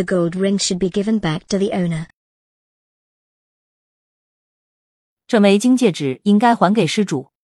The gold ring should be given back to the owner. 这枚金戒指应该还给失主。